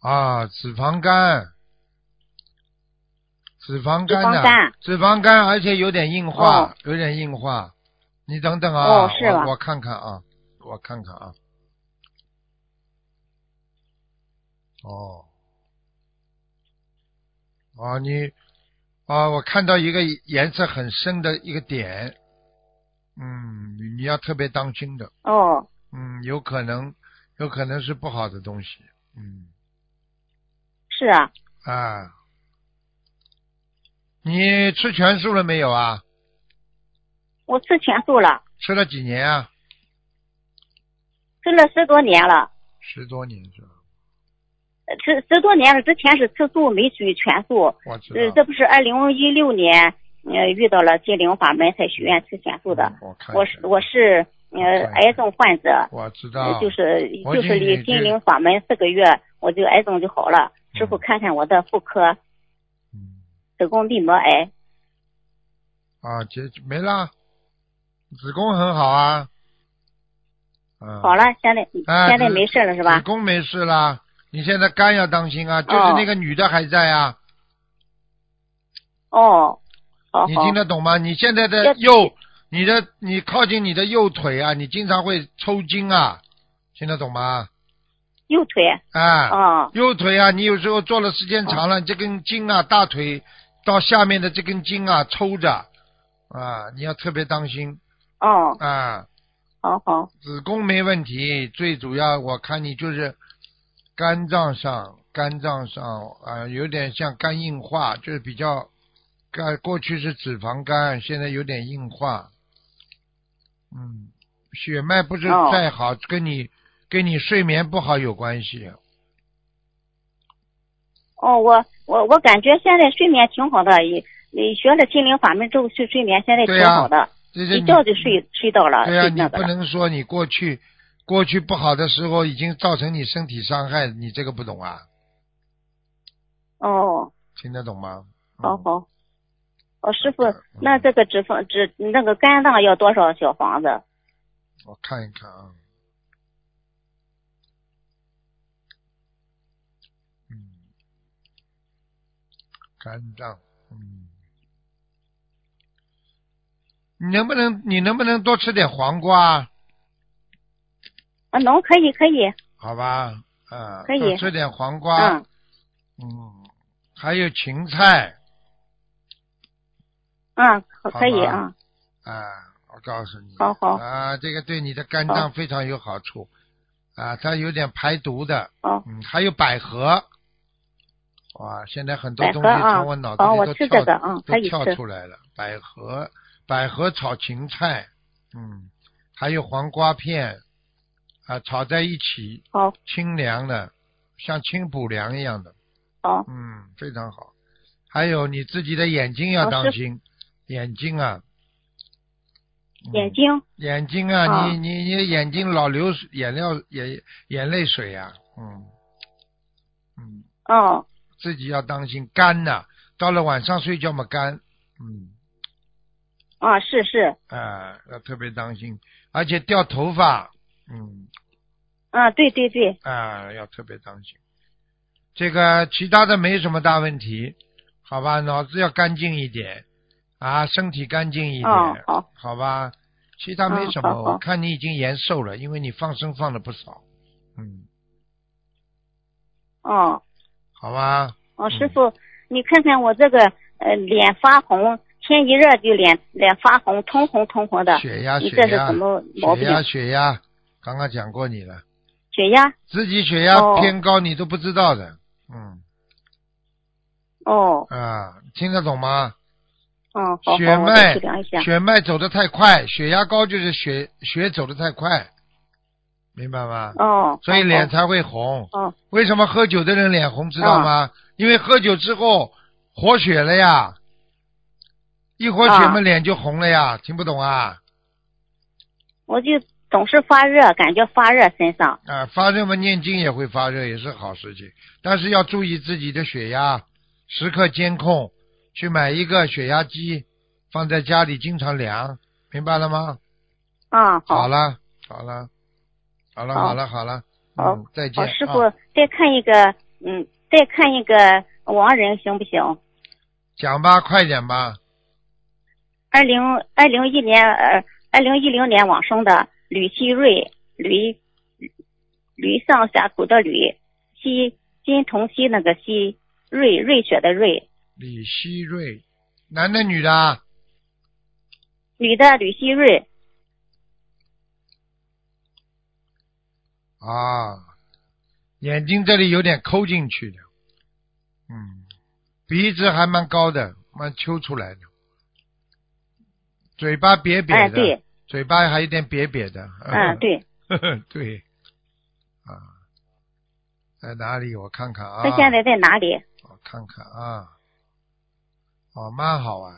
Speaker 1: 啊，脂肪肝，脂肪肝
Speaker 5: 脂
Speaker 1: 呐、
Speaker 5: 肪肝
Speaker 1: 脂肪肝，而且有点硬化，
Speaker 5: 哦
Speaker 1: 有点硬化。你等等啊，
Speaker 5: 哦是吧
Speaker 1: 我我看看啊，我看看啊。哦，啊你啊，我看到一个颜色很深的一个点，嗯，你你要特别当心的。
Speaker 5: 哦
Speaker 1: 嗯，有可能，有可能是不好的东西。嗯
Speaker 5: 是啊，
Speaker 1: 啊，你吃全素了没有啊？
Speaker 5: 我吃全素了，
Speaker 1: 吃了几年啊？
Speaker 5: 吃了十多年了，
Speaker 1: 十多年是吧？
Speaker 5: 呃吃十多年了，之前是吃素没属于全素，
Speaker 1: 我知
Speaker 5: 呃，
Speaker 1: 道
Speaker 5: 这。不是二零一六年，呃，遇到了金陵法门才许愿吃全素的。
Speaker 1: 嗯我看
Speaker 5: 我
Speaker 1: 一
Speaker 5: 是
Speaker 1: 下
Speaker 5: 我是
Speaker 1: 看
Speaker 5: 呃
Speaker 1: 一下
Speaker 5: 癌症患者，
Speaker 1: 我知
Speaker 5: 呃
Speaker 1: 道，
Speaker 5: 就是
Speaker 1: 我
Speaker 5: 就
Speaker 1: 已
Speaker 5: 是
Speaker 1: 经
Speaker 5: 离
Speaker 1: 已
Speaker 5: 金
Speaker 1: 经
Speaker 5: 陵法门四个月，我就癌症就好了。师傅
Speaker 1: 嗯
Speaker 5: 看看我的妇科
Speaker 1: 嗯
Speaker 5: 子宫内膜癌，
Speaker 1: 啊，结没啦，子宫很好啊，嗯，
Speaker 5: 好了，现在
Speaker 1: 哎
Speaker 5: 现在没事了是吧
Speaker 1: 子？宫没事啦，你现在肝要当心啊，就是那个女的还在啊，
Speaker 5: 哦，好
Speaker 1: 嗯你
Speaker 5: 好
Speaker 1: 听，得懂吗？你现在
Speaker 5: 要
Speaker 1: 的右，你的你靠近你的右腿啊，你经常会抽筋啊，听得懂吗？
Speaker 5: 右腿
Speaker 1: 啊，
Speaker 5: 哦
Speaker 1: 右腿啊，你有时候坐了时间长了，你这根筋啊，大腿到下面的这根筋啊抽着啊，你要特别当心
Speaker 5: 哦，
Speaker 1: 啊。
Speaker 5: 好好
Speaker 1: 子宫没问题，最主要我看你就是肝脏上，肝脏上啊、有点像肝硬化，就是比较肝过去是脂肪肝，现在有点硬化。嗯，血脉不是
Speaker 5: 哦
Speaker 1: 太好，跟你跟你睡眠不好有关系。
Speaker 5: 哦，我我我感觉现在睡眠挺好的，也也学了心灵法门之后睡睡眠现在
Speaker 1: 对
Speaker 5: 挺
Speaker 1: 呀
Speaker 5: 好的，
Speaker 1: 这是
Speaker 5: 一
Speaker 1: 你
Speaker 5: 觉就睡睡到了，
Speaker 1: 对啊，
Speaker 5: 睡
Speaker 1: 你
Speaker 5: 那个
Speaker 1: 不
Speaker 5: 了。
Speaker 1: 能说你过去过去不好的时候已经造成你身体伤害，你这个不懂啊？
Speaker 5: 哦，
Speaker 1: 听得懂吗？嗯
Speaker 5: 好好。哦，师傅
Speaker 1: 嗯，
Speaker 5: 那这个脂肪脂那个肝脏要多少小房子？
Speaker 1: 我看一看啊。嗯，肝脏，嗯，你能不能你能不能多吃点黄瓜？
Speaker 5: 啊，能可以可以，
Speaker 1: 好吧，啊，
Speaker 5: 可以
Speaker 1: 多吃点黄瓜，
Speaker 5: 嗯，
Speaker 1: 嗯，还有芹菜
Speaker 5: 嗯，可
Speaker 1: 好
Speaker 5: 可以
Speaker 1: 吧
Speaker 5: 啊，
Speaker 1: 啊，我告诉你，
Speaker 5: 好好
Speaker 1: 啊，这个对你的肝脏非常有好处，啊，它有点排毒的，
Speaker 5: 哦，
Speaker 1: 嗯，还有百合。哇，现在很多
Speaker 5: 百
Speaker 1: 东
Speaker 5: 合
Speaker 1: 西
Speaker 5: 啊
Speaker 1: 从我脑子
Speaker 5: 好
Speaker 1: 里
Speaker 5: 我
Speaker 1: 都
Speaker 5: 吃
Speaker 1: 跳
Speaker 5: 这个嗯可
Speaker 1: 都
Speaker 5: 以
Speaker 1: 跳
Speaker 5: 吃
Speaker 1: 出来了。百合，百合炒芹菜，嗯，还有黄瓜片，啊，炒在一起，
Speaker 5: 好
Speaker 1: 清凉的，像清补凉一样的，
Speaker 5: 好
Speaker 1: 嗯，非常好。还有你自己的眼睛要
Speaker 5: 老
Speaker 1: 当
Speaker 5: 师
Speaker 1: 心，眼睛啊，嗯
Speaker 5: 眼睛
Speaker 1: 眼睛啊，
Speaker 5: 啊
Speaker 1: 你你你的眼睛老流水眼料眼眼泪水呀、嗯嗯，
Speaker 5: 哦，
Speaker 1: 自己要当心肝呐、到了晚上睡觉嘛肝，嗯
Speaker 5: 啊是是，
Speaker 1: 啊要特别当心，而且掉头发，嗯
Speaker 5: 啊对对对，
Speaker 1: 啊要特别当心，这个其他的没什么大问题，好吧，脑子要干净一点啊，身体干净一点，
Speaker 5: 哦好，
Speaker 1: 好吧，其他没什么，
Speaker 5: 嗯好好
Speaker 1: 我看你已经延寿了，因为你放生放了不少，嗯。
Speaker 5: 哦
Speaker 1: 好吧，
Speaker 5: 哦，师
Speaker 1: 嗯
Speaker 5: 傅，你看看我这个呃脸发红，天一热就脸脸发红，通红通红的，
Speaker 1: 血压
Speaker 5: 你
Speaker 1: 血
Speaker 5: 这是
Speaker 1: 压
Speaker 5: 什么毛
Speaker 1: 血
Speaker 5: 病？
Speaker 1: 压血压，刚刚讲过你了，
Speaker 5: 血压
Speaker 1: 自己血压
Speaker 5: 哦
Speaker 1: 偏高你都不知道的，嗯
Speaker 5: 哦
Speaker 1: 啊，听得懂吗？
Speaker 5: 哦好好，
Speaker 1: 血
Speaker 5: 我再
Speaker 1: 脉
Speaker 5: 去量一下。
Speaker 1: 血脉走得太快，血压高就是血血走得太快，明白吗？
Speaker 5: 哦，
Speaker 1: 所以
Speaker 5: 好
Speaker 1: 脸才会红。
Speaker 5: 哦啊
Speaker 1: 为什么喝酒的人脸红，知道吗？因为喝酒之后活血了呀，一活血嘛
Speaker 5: 啊
Speaker 1: 脸就红了呀，听不懂啊？
Speaker 5: 我就总是发热，感觉发热身上。
Speaker 1: 啊、发热嘛，念经也会发热，也是好事情。但是要注意自己的血压，时刻监控，去买一个血压机，放在家里经常量，明白了吗？
Speaker 5: 啊，
Speaker 1: 好
Speaker 5: 好，
Speaker 1: 了，好了，好了，
Speaker 5: 好
Speaker 1: 好了，好了，
Speaker 5: 好
Speaker 1: 嗯，再见。
Speaker 5: 好，师
Speaker 1: 啊
Speaker 5: 傅，再看一个，嗯，再看一个亡人行不行？
Speaker 1: 讲吧，快点吧。
Speaker 5: 二零二零一年呃二零一零年往生的吕希瑞，吕吕上峡谷的吕，西金同西那个西，瑞瑞雪的瑞，
Speaker 1: 李希瑞，男的女的啊？
Speaker 5: 女的吕希瑞，
Speaker 1: 啊，眼睛这里有点抠进去的，嗯，鼻子还蛮高的，蛮揪出来的，嘴巴瘪瘪的，
Speaker 5: 哎对，
Speaker 1: 嘴巴还有点瘪瘪的，
Speaker 5: 嗯，对，
Speaker 1: 对，对，啊，在哪里？我看看啊。
Speaker 5: 他现在在哪里？
Speaker 1: 我看看啊，哦，蛮好啊。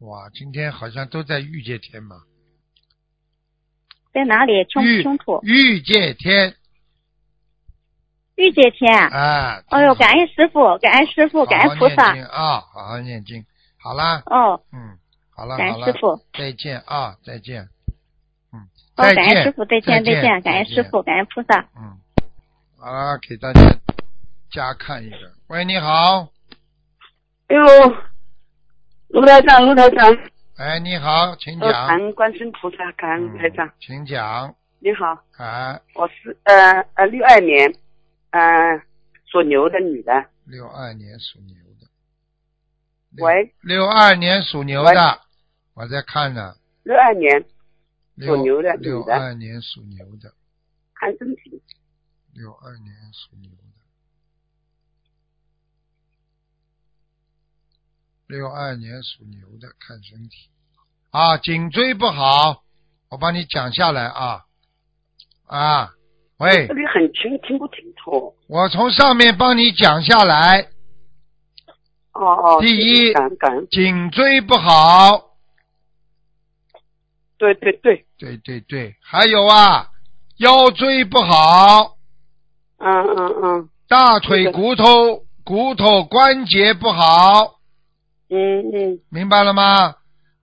Speaker 1: 哇，今天好像都在御界天嘛。
Speaker 5: 在哪里？清
Speaker 1: 御
Speaker 5: 不清楚？
Speaker 1: 御界天
Speaker 5: 玉界天。
Speaker 1: 啊。
Speaker 5: 哎呦，感恩师傅，感恩师傅，
Speaker 1: 好
Speaker 5: 感
Speaker 1: 好
Speaker 5: 恩菩萨
Speaker 1: 念。经啊，好好念经。好啦，
Speaker 5: 哦，
Speaker 1: 嗯，好了
Speaker 5: 感
Speaker 1: 好
Speaker 5: 恩
Speaker 1: 了
Speaker 5: 师，傅。
Speaker 1: 再见啊，再见。嗯，
Speaker 5: 哦，
Speaker 1: 再
Speaker 5: 感恩师
Speaker 1: 见
Speaker 5: 傅，，
Speaker 1: 再
Speaker 5: 再见，再见，感恩师。傅，感恩菩萨。
Speaker 1: 嗯，好了，给大家加看一个。喂，你好，
Speaker 6: 哎呦，卢台长，卢台长，
Speaker 1: 哎，你好，请
Speaker 6: 呃，
Speaker 1: 讲
Speaker 6: 感。恩观世音菩萨，感恩卢台长，
Speaker 1: 嗯请讲。
Speaker 6: 你好，
Speaker 1: 哎，
Speaker 6: 我是呃呃六二年，嗯、属牛的女的，
Speaker 1: 六二年属牛的。六
Speaker 6: 喂，
Speaker 1: 六二年属牛的，我在看呢。
Speaker 6: 六二年
Speaker 1: 六
Speaker 6: 属牛的
Speaker 1: 六
Speaker 6: 女的
Speaker 1: 二年属牛的，
Speaker 6: 看身体，
Speaker 1: 嗯六二年属牛的，六二年属牛的，看身体啊，颈椎不好，我帮你讲下来啊啊，喂
Speaker 6: 这，里很轻，听不清楚。
Speaker 1: 我从上面帮你讲下来，
Speaker 6: 哦哦，
Speaker 1: 第一
Speaker 6: 谢谢感恩感恩，
Speaker 1: 颈椎不好，
Speaker 6: 对对对，
Speaker 1: 对对对，还有啊，腰椎不好，
Speaker 6: 嗯嗯嗯
Speaker 1: 大腿骨头骨头关节不好，
Speaker 6: 嗯嗯，
Speaker 1: 明白了吗？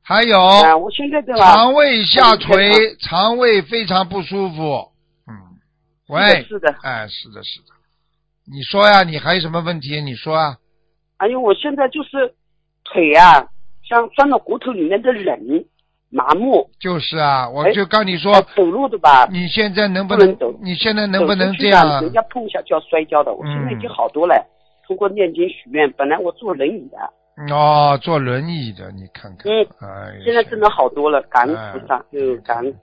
Speaker 1: 还有。
Speaker 6: 啊，我现在对吧？
Speaker 1: 肠胃下
Speaker 6: 嗯
Speaker 1: 垂，肠胃非常不舒服。嗯，喂，
Speaker 6: 是的，
Speaker 1: 哎，是的，是的。你说呀，你还有什么问题？你说啊。
Speaker 6: 哎呦，我现在就是腿啊，像钻到骨头里面的冷，麻木，
Speaker 1: 就是啊，我
Speaker 6: 哎
Speaker 1: 就告你说
Speaker 6: 哎，走路的吧，
Speaker 1: 你现在能不
Speaker 6: 不
Speaker 1: 能
Speaker 6: 能走？
Speaker 1: 你现在能不能
Speaker 6: 手机
Speaker 1: 这样嗯
Speaker 6: 上
Speaker 1: 啊？
Speaker 6: 人家碰一下就要摔跤的，我现在已经好多了。通过念经许愿，本来我坐轮椅的，
Speaker 1: 哦，坐轮椅的，你看看。
Speaker 6: 嗯
Speaker 1: 哎呀，
Speaker 6: 现在真的好多了，感恩菩萨
Speaker 1: 哎，
Speaker 6: 嗯，感恩。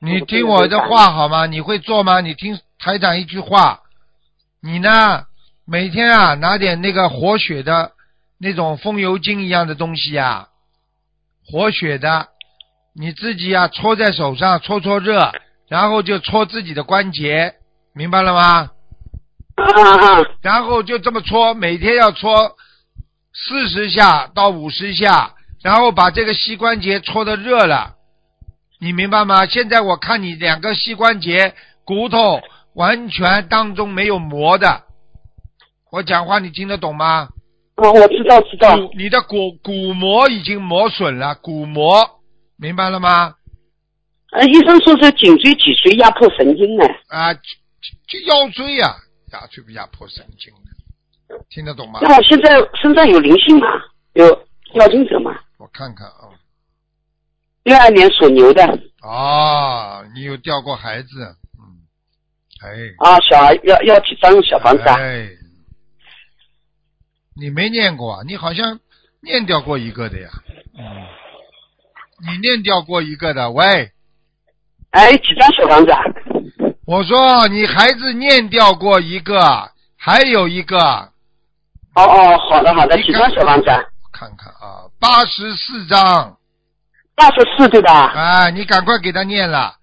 Speaker 1: 你听我的话好吗？你会做吗？你听台长一句话，你呢，每天啊拿点那个活血的那种风油精一样的东西啊，活血的，你自己啊搓在手上搓搓热，然后就搓自己的关节，明白了吗？
Speaker 6: 啊啊啊！
Speaker 1: 然后就这么搓，每天要搓四十下到五十下，然后把这个膝关节搓的热了，你明白吗？现在我看你两个膝关节骨头完全当中没有磨的，我讲话你听得懂吗？
Speaker 6: 啊我我知道知道，
Speaker 1: 骨你的骨骨膜已经磨损了，骨膜明白了吗？
Speaker 6: 呃，医生说是颈椎脊髓压迫神经呢。
Speaker 1: 啊，这这这腰椎呀、啊，压椎不压迫神经的，听得懂吗？
Speaker 6: 那我现在身上有灵性吗？有妖精者吗？
Speaker 1: 我看看啊。
Speaker 6: 六二年属牛的
Speaker 1: 啊，你有掉过孩子，嗯，哎，
Speaker 6: 啊，小孩要要几张小房子啊？
Speaker 1: 哎，你没念过啊？你好像念掉过一个的呀，嗯，你念掉过一个的，喂，
Speaker 6: 哎，几张小房子啊？
Speaker 1: 我说你孩子念掉过一个，还有一个，
Speaker 6: 哦哦，好的好的，几张小房子啊？
Speaker 1: 我看看啊，八十四章，
Speaker 6: 八十四对吧？
Speaker 1: 啊，你赶快给他念了，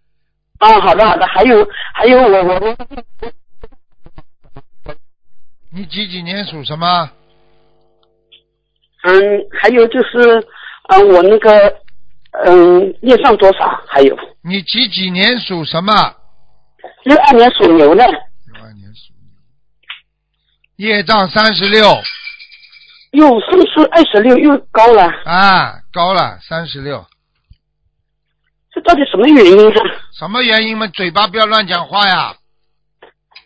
Speaker 6: 啊，好的好的，还有还有我我我
Speaker 1: 你几几年属什么？
Speaker 6: 嗯，还有就是，呃，我那个，嗯，业障多少？还有
Speaker 1: 你几几年属什么？
Speaker 6: 六二年属牛的
Speaker 1: 六二年属牛，业障三十六
Speaker 6: 又是不是二十六又高了？
Speaker 1: 啊，高了三十六，
Speaker 6: 这到底什么原因啊？
Speaker 1: 什么原因嘛？嘴巴不要乱讲话呀！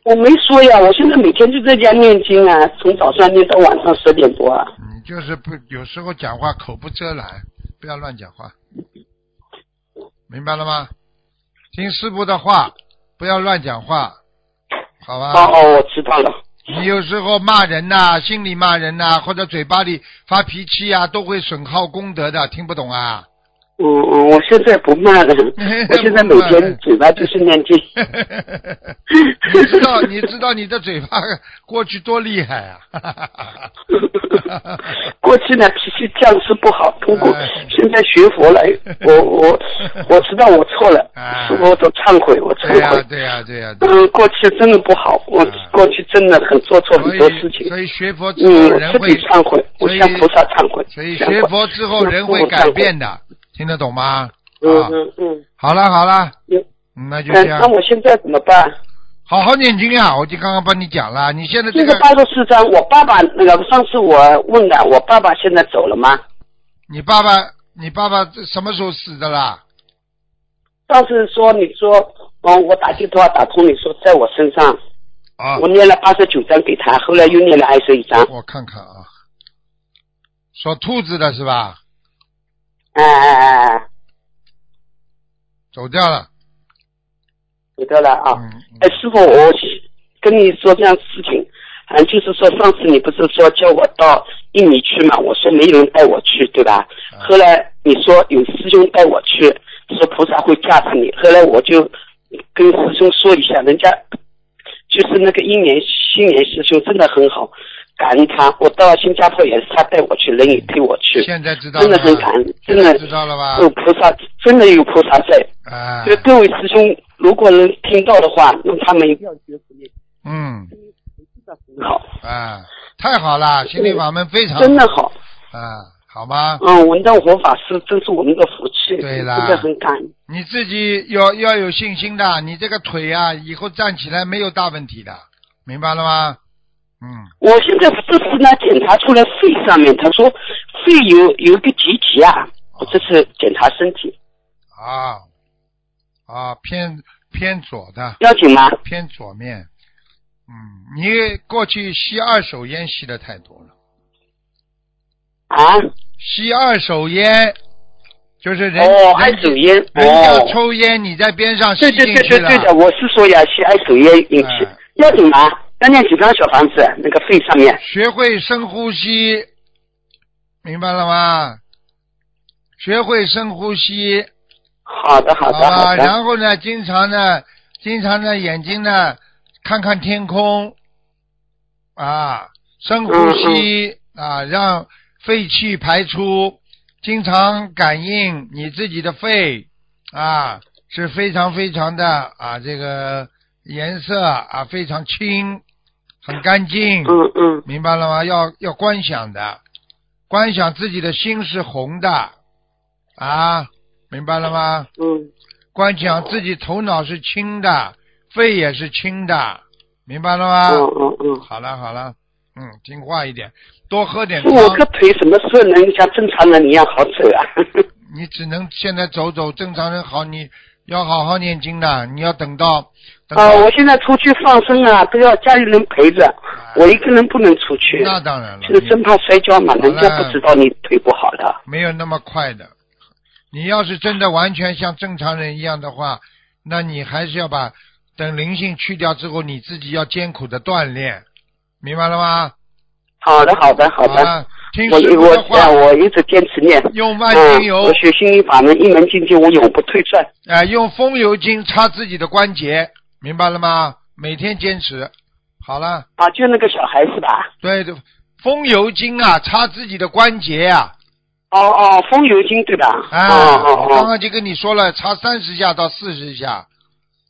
Speaker 6: 我没说呀，我现在每天就在家念经啊，从早上念到晚上十点多啊。
Speaker 1: 你嗯就是不有时候讲话口不遮拦，不要乱讲话，明白了吗？听师傅的话，不要乱讲话，好吧？
Speaker 6: 哦哦，我知道了。
Speaker 1: 你有时候骂人呐、心里骂人呐、或者嘴巴里发脾气呀、都会损耗功德的，听不懂啊？
Speaker 6: 嗯嗯，我现在不骂了，我现在每天嘴巴就是念经。
Speaker 1: 你知道， 你 知道你的嘴巴过去多厉害啊！
Speaker 6: 过去呢脾气犟是不好，通过
Speaker 1: 哎
Speaker 6: 现现在学佛 了，我我我知道我错了
Speaker 1: 啊，
Speaker 6: 师傅，我忏悔，我忏
Speaker 1: 对呀、
Speaker 6: 悔。
Speaker 1: 对呀、对呀、对
Speaker 6: 嗯，过去真的不好，我
Speaker 1: 啊
Speaker 6: 过去真的很做错
Speaker 1: 所
Speaker 6: 很
Speaker 1: 以
Speaker 6: 多事情。
Speaker 1: 所以学佛之
Speaker 6: 嗯，
Speaker 1: 后
Speaker 6: 我
Speaker 1: 人
Speaker 6: 自
Speaker 1: 会
Speaker 6: 己忏悔，我
Speaker 1: 所以
Speaker 6: 向菩萨忏悔。
Speaker 1: 所以
Speaker 6: 忏
Speaker 1: 学
Speaker 6: 悔
Speaker 1: 佛之后人会改变的，听得懂吗？
Speaker 6: 嗯
Speaker 1: 啊，
Speaker 6: 嗯嗯。
Speaker 1: 好了好了，
Speaker 6: 嗯
Speaker 1: 嗯那就
Speaker 6: 嗯，
Speaker 1: 这样
Speaker 6: 那，我现在怎么办？
Speaker 1: 好好念经啊！我就刚刚帮你讲了，你现在这
Speaker 6: 这个
Speaker 1: 个
Speaker 6: 八十四章，我爸爸那个上次我问了，我爸爸现在走了吗？
Speaker 1: 你爸爸，你爸爸这什么时候死的啦？
Speaker 6: 上次说你说，嗯，我打电话打通，你说在我身上，
Speaker 1: 啊，
Speaker 6: 我念了八十九章给他，后来又念了二十一章。
Speaker 1: 我看看啊，说兔子的是吧？
Speaker 6: 哎哎哎哎，
Speaker 1: 走掉了，
Speaker 6: 知道了啊。
Speaker 1: 嗯，
Speaker 6: 哎，师傅，我跟你说这样事情，嗯，就是说上次你不是说叫我到印尼去嘛？我说没人带我去，对吧？
Speaker 1: 啊
Speaker 6: 后来你说有师兄带我去，说菩萨会加持你。后来我就跟师兄说一下，人家就是那个英年新年师兄真的很好，感恩他。我到新加坡也是他带我去，人也陪我去，
Speaker 1: 嗯现在知道了
Speaker 6: 真的
Speaker 1: 吧，
Speaker 6: 很感恩，真
Speaker 1: 现
Speaker 6: 的嗯
Speaker 1: 在知道了吧？
Speaker 6: 有菩萨，真的有菩萨在。
Speaker 1: 啊
Speaker 6: 所，以各位师兄，如果能听到的话，那么他们一定要觉悟也
Speaker 1: 嗯，
Speaker 6: 很好，
Speaker 1: 啊，太好了，心理法门非常
Speaker 6: 嗯真的好。
Speaker 1: 啊，好吗？
Speaker 6: 嗯，闻到佛法师，真是我们的福气，
Speaker 1: 对
Speaker 6: 真
Speaker 1: 啦
Speaker 6: 的很感恩。
Speaker 1: 你自己要要有信心的，你这个腿啊，以后站起来没有大问题的，明白了吗？嗯，
Speaker 6: 我现在这次呢，检查出来肺上面，他说肺有有一个结节啊，
Speaker 1: 哦
Speaker 6: 我这次检查身体
Speaker 1: 啊，啊，偏偏左的，
Speaker 6: 要紧吗？
Speaker 1: 偏左面。嗯，你过去吸二手烟吸的太多了，
Speaker 6: 啊，
Speaker 1: 吸二手烟就是人、
Speaker 6: 哦，爱
Speaker 1: 人
Speaker 6: 抽烟，
Speaker 1: 人家
Speaker 6: 哦，
Speaker 1: 抽烟，你在边上吸
Speaker 6: 对
Speaker 1: 进
Speaker 6: 对对
Speaker 1: 去
Speaker 6: 对
Speaker 1: 了。
Speaker 6: 对的，我是说呀，是爱抽烟引起
Speaker 1: 哎，
Speaker 6: 要紧吗？要念几张小房子？那个肺上面，
Speaker 1: 学会深呼吸，明白了吗？学会深呼吸，
Speaker 6: 好的好
Speaker 1: 好
Speaker 6: 的
Speaker 1: 吧。
Speaker 6: 好的，
Speaker 1: 啊然后呢，经常呢，经常呢，眼睛呢，看看天空，啊，深呼吸啊，让废气排出。经常感应你自己的肺啊，是非常非常的啊，这个颜色啊非常清，很干净。
Speaker 6: 嗯嗯
Speaker 1: 明白了吗？要要观想的，观想自己的心是红的，啊，明白了吗？
Speaker 6: 嗯，
Speaker 1: 观想自己头脑是清的，肺也是清的，明白了吗？
Speaker 6: 嗯嗯嗯。
Speaker 1: 好了好了，嗯，听话一点，多喝点
Speaker 6: 是我这
Speaker 1: 汤。
Speaker 6: 腿什么时候能像正常人一样好走 啊？
Speaker 1: 你只能现在走走，正常人好，你要好好念经的，你要等到等
Speaker 6: 啊、
Speaker 1: 到、
Speaker 6: 我现在出去放生啊，都要家里人陪着，我一个人不能出去，
Speaker 1: 哎那当然了，
Speaker 6: 就是真怕摔跤嘛，
Speaker 1: 好了
Speaker 6: 人家不知道你腿不好了。
Speaker 1: 没有那么快的。你要是真的完全像正常人一样的话，那你还是要把等灵性去掉之后，你自己要艰苦的锻炼，明白了吗？
Speaker 6: 好的，好的，好的。
Speaker 1: 了，听
Speaker 6: 我
Speaker 1: 师傅
Speaker 6: 我
Speaker 1: 的
Speaker 6: 啊，
Speaker 1: 话，
Speaker 6: 我一直坚持念。
Speaker 1: 用万
Speaker 6: 嗯
Speaker 1: 金，油
Speaker 6: 我，学心灵法门，一门精进，我永不退转。
Speaker 1: 哎、用风油精擦自己的关节，明白了吗？每天坚持，好了，
Speaker 6: 啊，就那个小孩是吧？
Speaker 1: 对的，风油精啊，擦自己的关节啊，
Speaker 6: 哦哦，风油精对吧？
Speaker 1: 啊，
Speaker 6: 哦
Speaker 1: 我刚
Speaker 6: 哦
Speaker 1: 刚就跟你说了，擦三十下到四十下，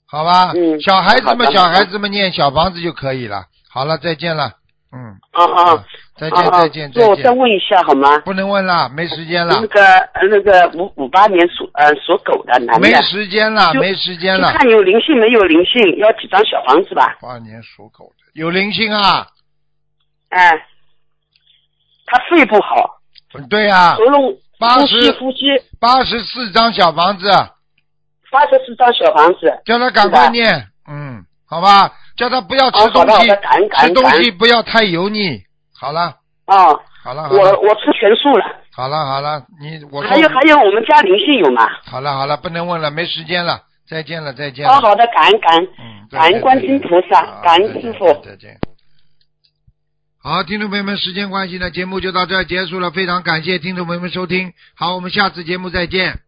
Speaker 1: 好吧？
Speaker 6: 嗯
Speaker 1: 小孩子
Speaker 6: 好的
Speaker 1: 们，
Speaker 6: 好的
Speaker 1: 小孩子们念小房子就可以了。好了，再见了，嗯，
Speaker 6: 哦，啊啊
Speaker 1: 啊，再
Speaker 6: 啊
Speaker 1: 见，
Speaker 6: 啊
Speaker 1: 再见，
Speaker 6: 那
Speaker 1: 再
Speaker 6: 我再
Speaker 1: 见，
Speaker 6: 问一下好吗？
Speaker 1: 不能问了，没时间了
Speaker 6: 那，个呃那个五五八年属呃属狗的男的，
Speaker 1: 没时间了，
Speaker 6: 就
Speaker 1: 没时间
Speaker 6: 就
Speaker 1: 了。
Speaker 6: 看有灵性没有灵性，要几张小房子吧？
Speaker 1: 八年属狗的有灵性啊，
Speaker 6: 哎，他肺不好，
Speaker 1: 对啊
Speaker 6: 喉，咙
Speaker 1: 八
Speaker 6: 呼
Speaker 1: 十
Speaker 6: 吸呼吸，
Speaker 1: 八十四张小房子，
Speaker 6: 八十四张小房子。
Speaker 1: 叫他赶快念，嗯，好吧，叫他不要吃
Speaker 6: 哦好
Speaker 1: 东
Speaker 6: 的好
Speaker 1: 西
Speaker 6: 的感恩，感
Speaker 1: 吃
Speaker 6: 恩
Speaker 1: 东
Speaker 6: 感
Speaker 1: 西啊
Speaker 6: 恩
Speaker 1: 不要太油腻。好了，
Speaker 6: 哦，
Speaker 1: 好了，好了
Speaker 6: 我。我吃全素了。
Speaker 1: 好了好了，你我说
Speaker 6: 还有还有，我们家灵性有吗？
Speaker 1: 好了好了，不能问了，没时间了，再见了再见
Speaker 6: 哦，
Speaker 1: 了。
Speaker 6: 好的，感恩感恩，
Speaker 1: 嗯，再
Speaker 6: 感
Speaker 1: 见
Speaker 6: 恩观世音菩萨，感恩师傅。
Speaker 1: 啊再见好再见再见。好，听众朋友们，时间关系呢，节目就到这儿结束了，非常感谢听众朋友们收听，好，我们下次节目再见。